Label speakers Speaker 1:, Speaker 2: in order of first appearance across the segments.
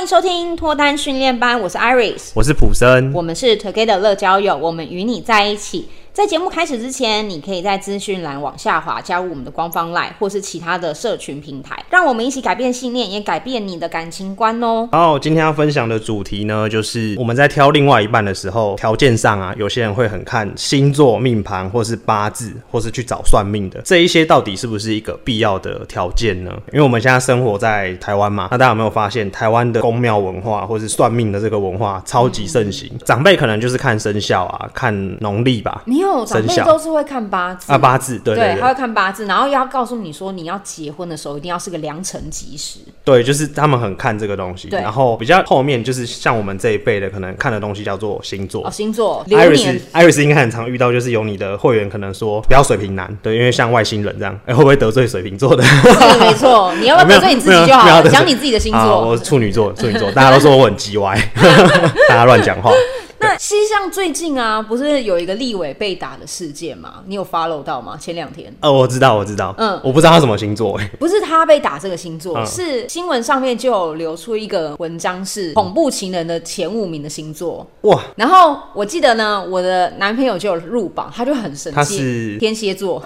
Speaker 1: 迎收听脱单训练班，我是 Iris，
Speaker 2: 我是普森，
Speaker 1: 我们是 Together 乐交友，我们与你在一起。在节目开始之前，你可以在资讯栏往下滑，加入我们的官方 LINE 或是其他的社群平台，让我们一起改变信念，也改变你的感情观哦。
Speaker 2: 然后今天要分享的主题呢，就是我们在挑另外一半的时候，条件上啊，有些人会很看星座、命盘，或是八字，或是去找算命的，这一些到底是不是一个必要的条件呢？因为我们现在生活在台湾嘛，那大家有没有发现，台湾的宫庙文化或是算命的这个文化超级盛
Speaker 1: 嗯
Speaker 2: 行？长辈可能就是看生肖啊，看农历吧，
Speaker 1: 没有长
Speaker 2: 生
Speaker 1: 辈
Speaker 2: 肖
Speaker 1: 都是会看八字
Speaker 2: 啊八字，对对
Speaker 1: 嗯他
Speaker 2: 对
Speaker 1: 会看八字，然后要告诉你说，你要结婚的时候一定要是个良辰吉时。
Speaker 2: 对，就是他们很看这个东西。
Speaker 1: 对
Speaker 2: 然后比较后面就是像我们这一辈的，可能看的东西叫做星座
Speaker 1: 哦，。星座流年
Speaker 2: Iris Iris 应该很常遇到，就是有你的会员可能说不要水瓶男，对，因为像外星人这样， 哎、会不会得罪水瓶座的？
Speaker 1: 是没错，你要不要得
Speaker 2: 没有
Speaker 1: 罪你自
Speaker 2: 没有
Speaker 1: 己就好
Speaker 2: 没有要
Speaker 1: 了，
Speaker 2: 得罪
Speaker 1: 讲你自己的星
Speaker 2: 啊，
Speaker 1: 座。
Speaker 2: 我是处女座，处女座，大家都说我很叽歪， 大家乱讲话。
Speaker 1: 那 西向最近啊，不是有一个立委被打的事件吗？你有 follow 到吗？前两天
Speaker 2: 呃，我知道，我知道，
Speaker 1: 嗯
Speaker 2: 嗯，我不知道他什么星座、哎，
Speaker 1: 不是他被打这个星座，
Speaker 2: 嗯
Speaker 1: 是新闻上面就有流出一个文章，是恐怖情人的前五名的星座。
Speaker 2: 哇，
Speaker 1: 然后我记得呢，我的男朋友就有入榜，他就很生气，
Speaker 2: 他是啊
Speaker 1: 天蝎座。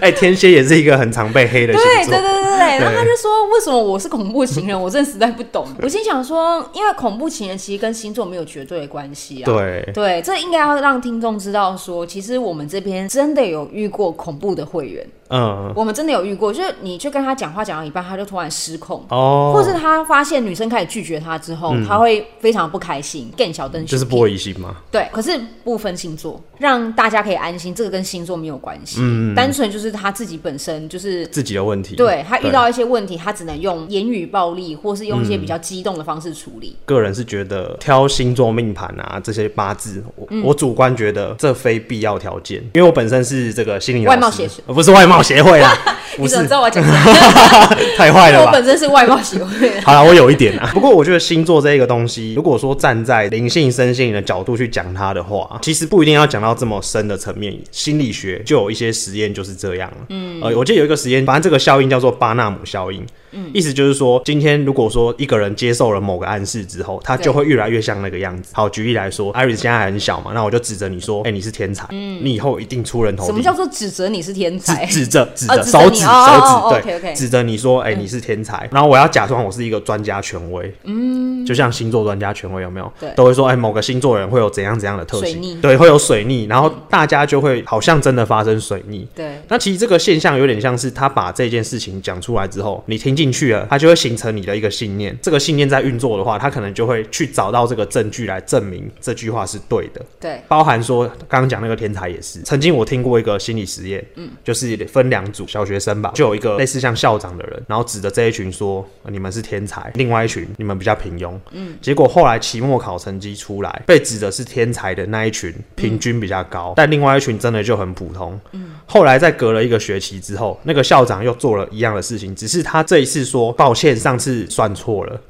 Speaker 2: 哎、天蝎也是一个很常被黑的星
Speaker 1: 对对
Speaker 2: 座
Speaker 1: 对，对对，然后他就说为什么我是恐怖情 人，我真的实在不懂。我心想说，因为恐怖情人其实跟星座没有绝对的关系啊。
Speaker 2: 对，
Speaker 1: 对，这应该要让听众知道说，其实我们这边真的有遇过恐怖的会员，
Speaker 2: 嗯，
Speaker 1: 我们真的有遇过，就是你去跟他讲话讲到一半，他就突然失控。
Speaker 2: 哦，嗯
Speaker 1: 或是他发现女生开始拒绝他之后，他会非常不开心，更小灯
Speaker 2: 就是玻璃心嘛，
Speaker 1: 对，可是不分星座，让大家可以安心，这个跟星座没有关系，单纯就是他自己本身就是
Speaker 2: 嗯自己的问题，
Speaker 1: 对他遇到一些问题，他只能用言语暴力，或是用
Speaker 2: 嗯
Speaker 1: 一些比较激动的方式处理。
Speaker 2: 个人是觉得挑星座命盘啊这些八字，我、
Speaker 1: 嗯
Speaker 2: 我主观觉得这非必要条件，因为我本身是这个心理老
Speaker 1: 外
Speaker 2: 师
Speaker 1: 貌协会
Speaker 2: 呃不是外貌协 会啦，不
Speaker 1: 你
Speaker 2: 是
Speaker 1: 怎么知道我讲什 么？
Speaker 2: 太坏
Speaker 1: 因为
Speaker 2: 了
Speaker 1: 我
Speaker 2: 吧？
Speaker 1: 本身是外貌协会的。
Speaker 2: 好啦，我有一点啊， 不过我觉得星座这个东西，如果说站在灵性、身心灵的角度去讲它的话，其实不一定要讲到这么深的层面。心理学就有一些实验就是这样。嗯，呃，我记得有一个实验，反正这个效应叫做巴纳姆效应。嗯，意思就是说，今天如果说一个人接受了某个暗示之后，他就会越来越像那个样子。好，举例来说，Iris 现在还很小嘛，那我就指着你说，哎、你是天才，你以后一定出人头地。
Speaker 1: 嗯什么叫做指责你是天才？
Speaker 2: 指指着指着
Speaker 1: 指着
Speaker 2: 手
Speaker 1: 你
Speaker 2: 指
Speaker 1: 哦哦
Speaker 2: 手
Speaker 1: 哦
Speaker 2: 指
Speaker 1: OK，OK 嗯
Speaker 2: 对，指着你说，哎，你是天才，然后我要假装我是一个专家权威，嗯，就像星座专家权威有没有
Speaker 1: 对？
Speaker 2: 都会说，哎，某个星座人会有怎样怎样的特
Speaker 1: 水逆嗯
Speaker 2: 性，对，会有水逆，然后大家就会好像真的发生水逆。
Speaker 1: 对，
Speaker 2: 那其实这个现象有点像是他把这件事情讲出来之后，你听进去了，它就会形成你的一个信念。这个信念在运作的话，他可能就会去找到这个证据来证明这句话是对的。
Speaker 1: 对，
Speaker 2: 包含说刚刚讲那个天才也是，曾经我听过一个心理实验，嗯，就是分两组小学生吧，就有一个类似像校长的人，然后指着这一群说呃你们是天才，另外一群你们比较平庸，嗯，结果后来期末考成绩出来，被指的是天才的那一群平均比较高，但另外一群真的就很普通，嗯，后来在隔了一个学期之后，那个校长又做了一样的事情，只是他这一次说抱歉，上次算错了，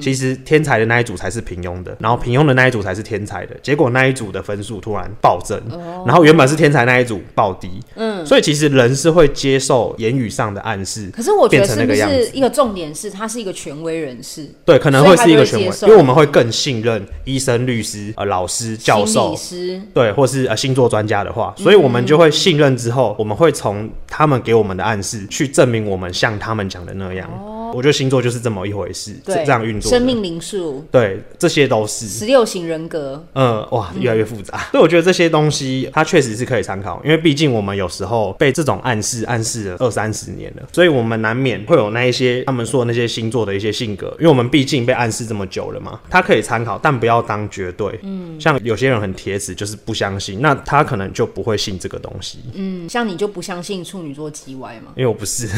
Speaker 2: 其实天才的那一组才是平庸的，然后平庸的那一组才是天才的，结果那一组的分数突然暴增，然后原本是天才那一组暴低，嗯，所以其实人是会接受言语上的暗示，
Speaker 1: 可是我觉得
Speaker 2: 变成
Speaker 1: 是
Speaker 2: 那
Speaker 1: 不
Speaker 2: 个样
Speaker 1: 是
Speaker 2: 子，
Speaker 1: 一个重点是，他是一个权威人士，
Speaker 2: 对，可能会是一个权
Speaker 1: 所以他
Speaker 2: 威
Speaker 1: 就会接，受
Speaker 2: 因为我们会更信任医生、律师、呃老师、教
Speaker 1: 心
Speaker 2: 授
Speaker 1: 理。师，
Speaker 2: 对，或是呃星座专家的话，所以我们就会信任之后，我们会从他们给我们的暗示去证明我们像他们讲的那样。我觉得星座就是这么一回事，这
Speaker 1: 哦对，
Speaker 2: 这样运作的。
Speaker 1: 生命灵数、
Speaker 2: 对，这些都是。
Speaker 1: 十六型人格，
Speaker 2: 嗯，哇，越来越复杂。所以我觉得这些东西它确实是可以参考，因为毕竟我们有时候被这种暗示暗示了二三十年了，所以我们难免会有那一些他们说的那些星座的一些性格，因为我们毕竟被暗示这么久了嘛，它可以参考，但不要当绝对。嗯，像有些人很铁齿，就是不相信，那他可能就不会信这个东 西。
Speaker 1: 嗯，像你就不相信处女座 G Y 吗？
Speaker 2: 因为我不是，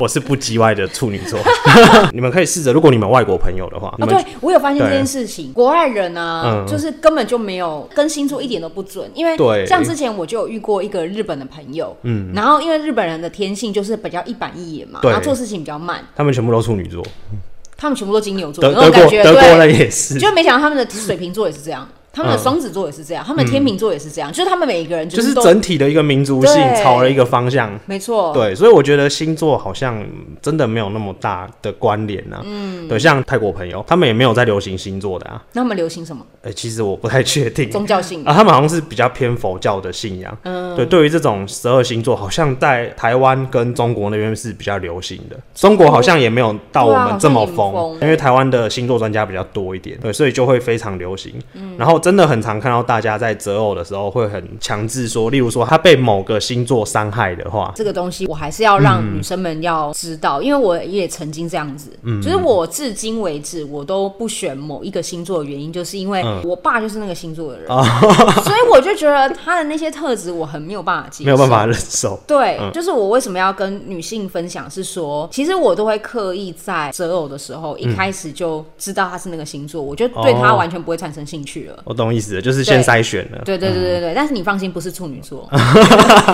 Speaker 2: 我是不叽歪的处女座。 你们可以试着，如果你们外国朋友的话，你
Speaker 1: 哦，
Speaker 2: 们
Speaker 1: 对，我有发现这
Speaker 2: 对
Speaker 1: 件事情，国外人啊，
Speaker 2: 嗯
Speaker 1: 就是根本就没有跟星座一点都不准，因为
Speaker 2: 对
Speaker 1: 像之前我就有遇过一个日本的朋友，嗯，然后因为日本人的天性就是比较一板一眼嘛，
Speaker 2: 对
Speaker 1: 然后做事情比较慢，
Speaker 2: 他们全部都处女座，
Speaker 1: 他们全部都金牛座，
Speaker 2: 德
Speaker 1: 那
Speaker 2: 德
Speaker 1: 种感
Speaker 2: 国
Speaker 1: 觉，
Speaker 2: 德国
Speaker 1: 对，
Speaker 2: 人也是。
Speaker 1: 就没想到他们的水瓶座也是这样，他们的双子座也是这样，他们天秤座也是这样，就是他们每一个人
Speaker 2: 嗯就是是
Speaker 1: 都
Speaker 2: 整体的一个民族性
Speaker 1: 对
Speaker 2: 朝了一个方向。
Speaker 1: 没错，
Speaker 2: 对，所以我觉得星座好像真的没有那么大的关联啊。嗯，对，像泰国朋友，他们也没有在流行星座的啊。
Speaker 1: 那他们流行什么
Speaker 2: 哎、其实我不太确定
Speaker 1: 宗教性
Speaker 2: 啊，他们好像是比较偏佛教的信仰。嗯，对，对于这种十二星座，好像在台湾跟中国那边是比较流行的。中国好像也没有到我们这么
Speaker 1: 对啊好像也
Speaker 2: 疯
Speaker 1: 不，疯
Speaker 2: 因为台湾的星座专家比较多一点，对，所以就会非常流行。
Speaker 1: 嗯
Speaker 2: 然后真的很常看到大家在择偶的时候会很强制说，例如说他被某个星座伤害的话，
Speaker 1: 这个东西，我还是要让
Speaker 2: 嗯
Speaker 1: 女生们要知道，因为我也曾经这样子。
Speaker 2: 嗯
Speaker 1: 就是我至今为止，我都不选某一个星座的原因，就是因为
Speaker 2: 嗯
Speaker 1: 我爸就是那个星座的人，
Speaker 2: 哦
Speaker 1: 所以我就觉得他的那些特质我很没有办法接受，
Speaker 2: 没有办法忍受。
Speaker 1: 对，就是我为什么要跟女性分享，是说，其实我都会刻意在择偶的时候，
Speaker 2: 嗯
Speaker 1: 一开始就知道他是那个星座，我就对他
Speaker 2: 哦
Speaker 1: 完全不会产生兴趣了。
Speaker 2: 我懂意思了，就是先
Speaker 1: 对
Speaker 2: 筛选了。
Speaker 1: 对对对对
Speaker 2: 嗯
Speaker 1: 对，但是你放心，不是处女 座，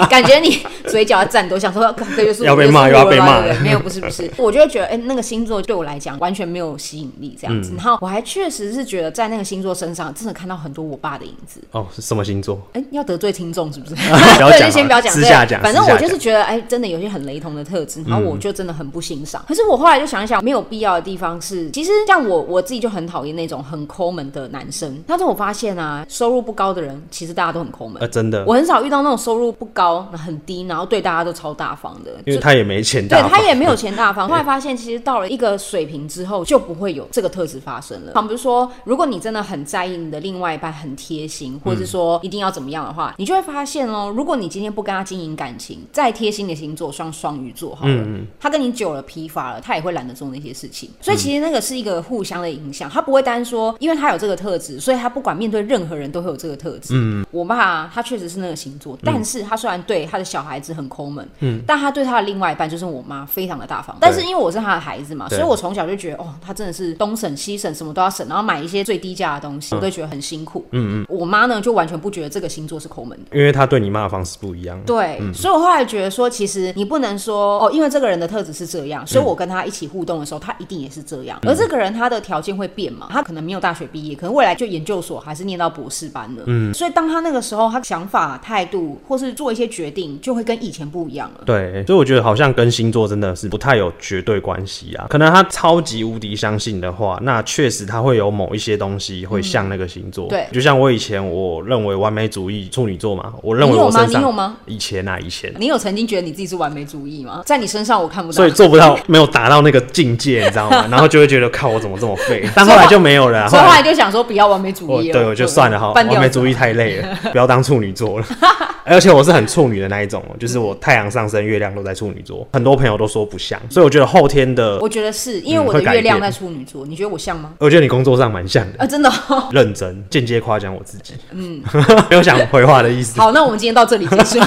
Speaker 1: 感觉你嘴角要颤抖，想说干这就是我
Speaker 2: 要被
Speaker 1: 这就是
Speaker 2: 骂
Speaker 1: 我
Speaker 2: 又要被骂
Speaker 1: 对对对没有不是不 是，我就会觉得哎、那个星座对我来讲完全没有吸引力这样
Speaker 2: 嗯
Speaker 1: 子。然后我还确实是觉得在那个星座身上真的看到很多我爸的影子。
Speaker 2: 哦，是什么星座？
Speaker 1: 哎、要得罪听众是不是？
Speaker 2: 不 要
Speaker 1: 对，
Speaker 2: 讲啊
Speaker 1: 就先不要讲，
Speaker 2: 私
Speaker 1: 对啊
Speaker 2: 下讲
Speaker 1: 反正
Speaker 2: 私下
Speaker 1: 我就是
Speaker 2: 讲嗯
Speaker 1: 觉得，哎，真的有些很雷同的特质，然后我就真的很不欣赏。可是我后来就想一想，没有必要的地方是，其实像我我自己就很讨厌那种很抠门的男生。但是我发现啊，收入不高的人，其实大家都很抠门。
Speaker 2: 呃，真的，
Speaker 1: 我很少遇到那种收入不高、很低，然后对大家都超大方的，
Speaker 2: 因为
Speaker 1: 就
Speaker 2: 他也没钱大
Speaker 1: 对
Speaker 2: 方，
Speaker 1: 他也没有钱大方。后来发现，其实到了一个水平之后，就不会有这个特质发生了。好，比如说，如果你真的很在意你的另外一半很贴心，
Speaker 2: 嗯
Speaker 1: 或者是说一定要怎么样的话，你就会发现哦，如果你今天不跟他经营感情，再贴心的星座，像双鱼座好了，
Speaker 2: 嗯
Speaker 1: 他跟你久了疲乏了，他也会懒得做那些事情。所以其实那个是一个互相的影响，他不会单说，因为他有这个特质，所以他不管面对任何人都会有这个特质。嗯，我爸他确实是那个星座，但是他虽然对他的小孩子很抠门，嗯，但他对他的另外一半就是我妈非常的大方。但是因为我是他的孩子嘛，
Speaker 2: 对
Speaker 1: 所以我从小就觉得哦，他真的是东省西省，什么都要省，然后买一些最低价的东西，我都觉得很辛苦。嗯嗯，我妈呢就完全不觉得这个星座是抠门的。
Speaker 2: 因为他对你骂的方式不一样。
Speaker 1: 对，所以我后来觉得说，其实你不能说哦，因为这个人的特质是这样，
Speaker 2: 嗯
Speaker 1: 所以我跟他一起互动的时候，他一定也是这样。而这个人他的条件会变嘛，他可能没有大学毕业，可能未来就研究所还是念到博士班了。嗯，所以当他那个时候，他想法、态度或是做一些决定，就会跟以前不一样了。
Speaker 2: 对，所以我觉得好像跟星座真的是不太有绝对关系啊。可能他超级无敌相信的话，那确实他会有某一些东西会像那个星座。
Speaker 1: 嗯对
Speaker 2: 就像我以前我认为完美主义处女座嘛，我认为
Speaker 1: 你有
Speaker 2: 我
Speaker 1: 吗
Speaker 2: 身上
Speaker 1: 你有吗
Speaker 2: 以前啊，以前。
Speaker 1: 你有曾经觉得你自己是完美主义吗？在你身上我看不到，
Speaker 2: 所以做不到，没有达到那个境界，你知道吗？ 然后就会觉得靠，我怎么这么废？但后来就没有了啊。
Speaker 1: 所以后来就想说不要完美主
Speaker 2: 我
Speaker 1: 义了。
Speaker 2: 哦对我就算了哈，
Speaker 1: 半
Speaker 2: 完
Speaker 1: 吊
Speaker 2: 美
Speaker 1: 子
Speaker 2: 主义太累了，不要当处 女座了。而且我是很处女的那一种哦，就是我太阳上升、月亮都在处女座，很多朋友都说不像，所以我觉得后天的，
Speaker 1: 我觉得是因为
Speaker 2: 嗯
Speaker 1: 我
Speaker 2: 会
Speaker 1: 的
Speaker 2: 改
Speaker 1: 月亮在
Speaker 2: 变
Speaker 1: 处女座，你觉得我像吗？
Speaker 2: 我觉得你工作上蛮像的，
Speaker 1: 啊，真的哦、
Speaker 2: 认真，间接夸奖我自己，嗯， 没有想回话的意思，
Speaker 1: 好，那我们今天到这里结束。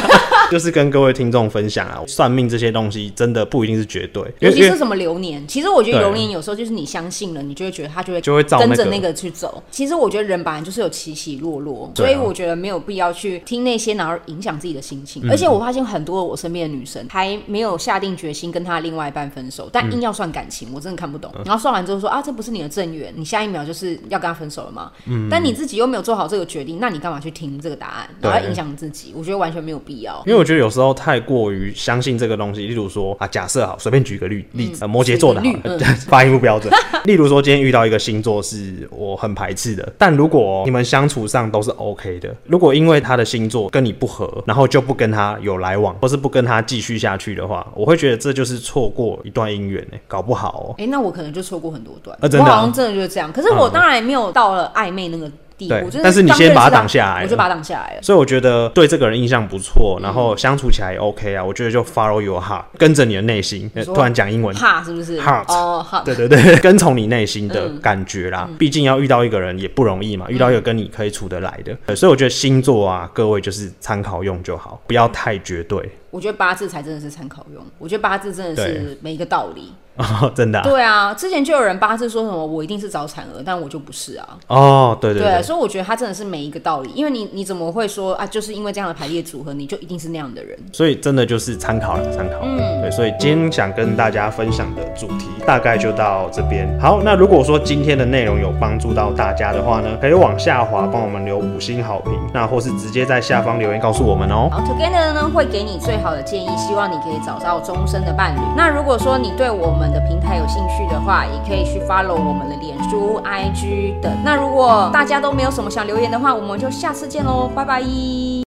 Speaker 2: 就是跟各位听众分享啊，算命这些东西真的不一定是绝对，因
Speaker 1: 尤
Speaker 2: 为
Speaker 1: 其
Speaker 2: 因
Speaker 1: 是
Speaker 2: 为
Speaker 1: 什么流年，其实我觉得
Speaker 2: 对
Speaker 1: 流年有时候就是你相信了，你就会觉得他就会
Speaker 2: 就会照那
Speaker 1: 跟
Speaker 2: 个
Speaker 1: 着那个去走。其实我觉得人本来就是有起起落落，所
Speaker 2: 对啊
Speaker 1: 以我觉得没有必要去听那些，然后影响自己的心情。
Speaker 2: 嗯
Speaker 1: 而且我发现很多我身边的女生还没有下定决心跟她另外一半分手，
Speaker 2: 嗯
Speaker 1: 但硬要算感情，我真的看不懂。然后算完之后说啊，这不是你的正缘，你下一秒就是要跟他分手了嘛。
Speaker 2: 嗯
Speaker 1: 但你自己又没有做好这个决定，那你干嘛去听这个答案，然后
Speaker 2: 对
Speaker 1: 影响自己？我觉得完全没有必要。
Speaker 2: 因为我觉得有时候太过于相信这个东西，例如说啊，假设好，随便举个例例子，呃摩羯座的好
Speaker 1: 嗯举个
Speaker 2: 了，
Speaker 1: 例嗯
Speaker 2: 发音不标准。例如说，今天遇到一个星座是我很排斥的，但如果你们相处上都是 OK 的，如果因为他的星座跟你不合，然后就不跟他有来往，或是不跟他继续下去的话，我会觉得这就是错过一段姻缘呢、搞不好哦、
Speaker 1: 哎、那我可能就错过很多段。
Speaker 2: 啊真的啊
Speaker 1: 我好像真的就是这样。可是我当然没有到了暧昧那个地步，
Speaker 2: 对
Speaker 1: 就是
Speaker 2: 但是你
Speaker 1: 刚
Speaker 2: 先
Speaker 1: 认识
Speaker 2: 把它
Speaker 1: 他
Speaker 2: 挡下来
Speaker 1: 我就把它挡下来了。
Speaker 2: 所以我觉得对这个人印象不错，然后相处起来也 OK 啊，我觉得就 follow your heart，跟着你的内心。呃
Speaker 1: 说
Speaker 2: 突然讲英文，
Speaker 1: 怕是不是？
Speaker 2: Heart
Speaker 1: 哦，好，
Speaker 2: 对对 对，跟从你内心的感觉啦，毕竟要遇到一个人也不容易嘛，遇到一个跟你可以处得来的，对所以我觉得星座啊，各位就是参考用就好，不要太绝对。
Speaker 1: 我觉得八字才真的是参考用。我觉得八字真的是
Speaker 2: 对
Speaker 1: 每一个道理。
Speaker 2: 真的啊、
Speaker 1: 对啊，之前就有人八字说什么我一定是早产儿，但我就不是啊。
Speaker 2: 哦，对对对，
Speaker 1: 所以我觉得他真的是没一个道理，因为你你怎么会说啊，就是因为这样的排列组合，你就一定是那样的人？
Speaker 2: 所以真的就是参考了，参考。嗯，对，所以今天想跟大家分享的主题大概就到这边。好，那如果说今天的内容有帮助到大家的话呢，可以往下滑帮我们留五星好评，那或是直接在下方留言告诉我们哦、
Speaker 1: 好，Together 呢会给你最好的建议，希望你可以找到终身的伴侣。那如果说你对我们的平台有兴趣的话，也可以去 follow 我们的脸书、IG 等。那如果大家都没有什么想留言的话，我们就下次见喽，拜拜。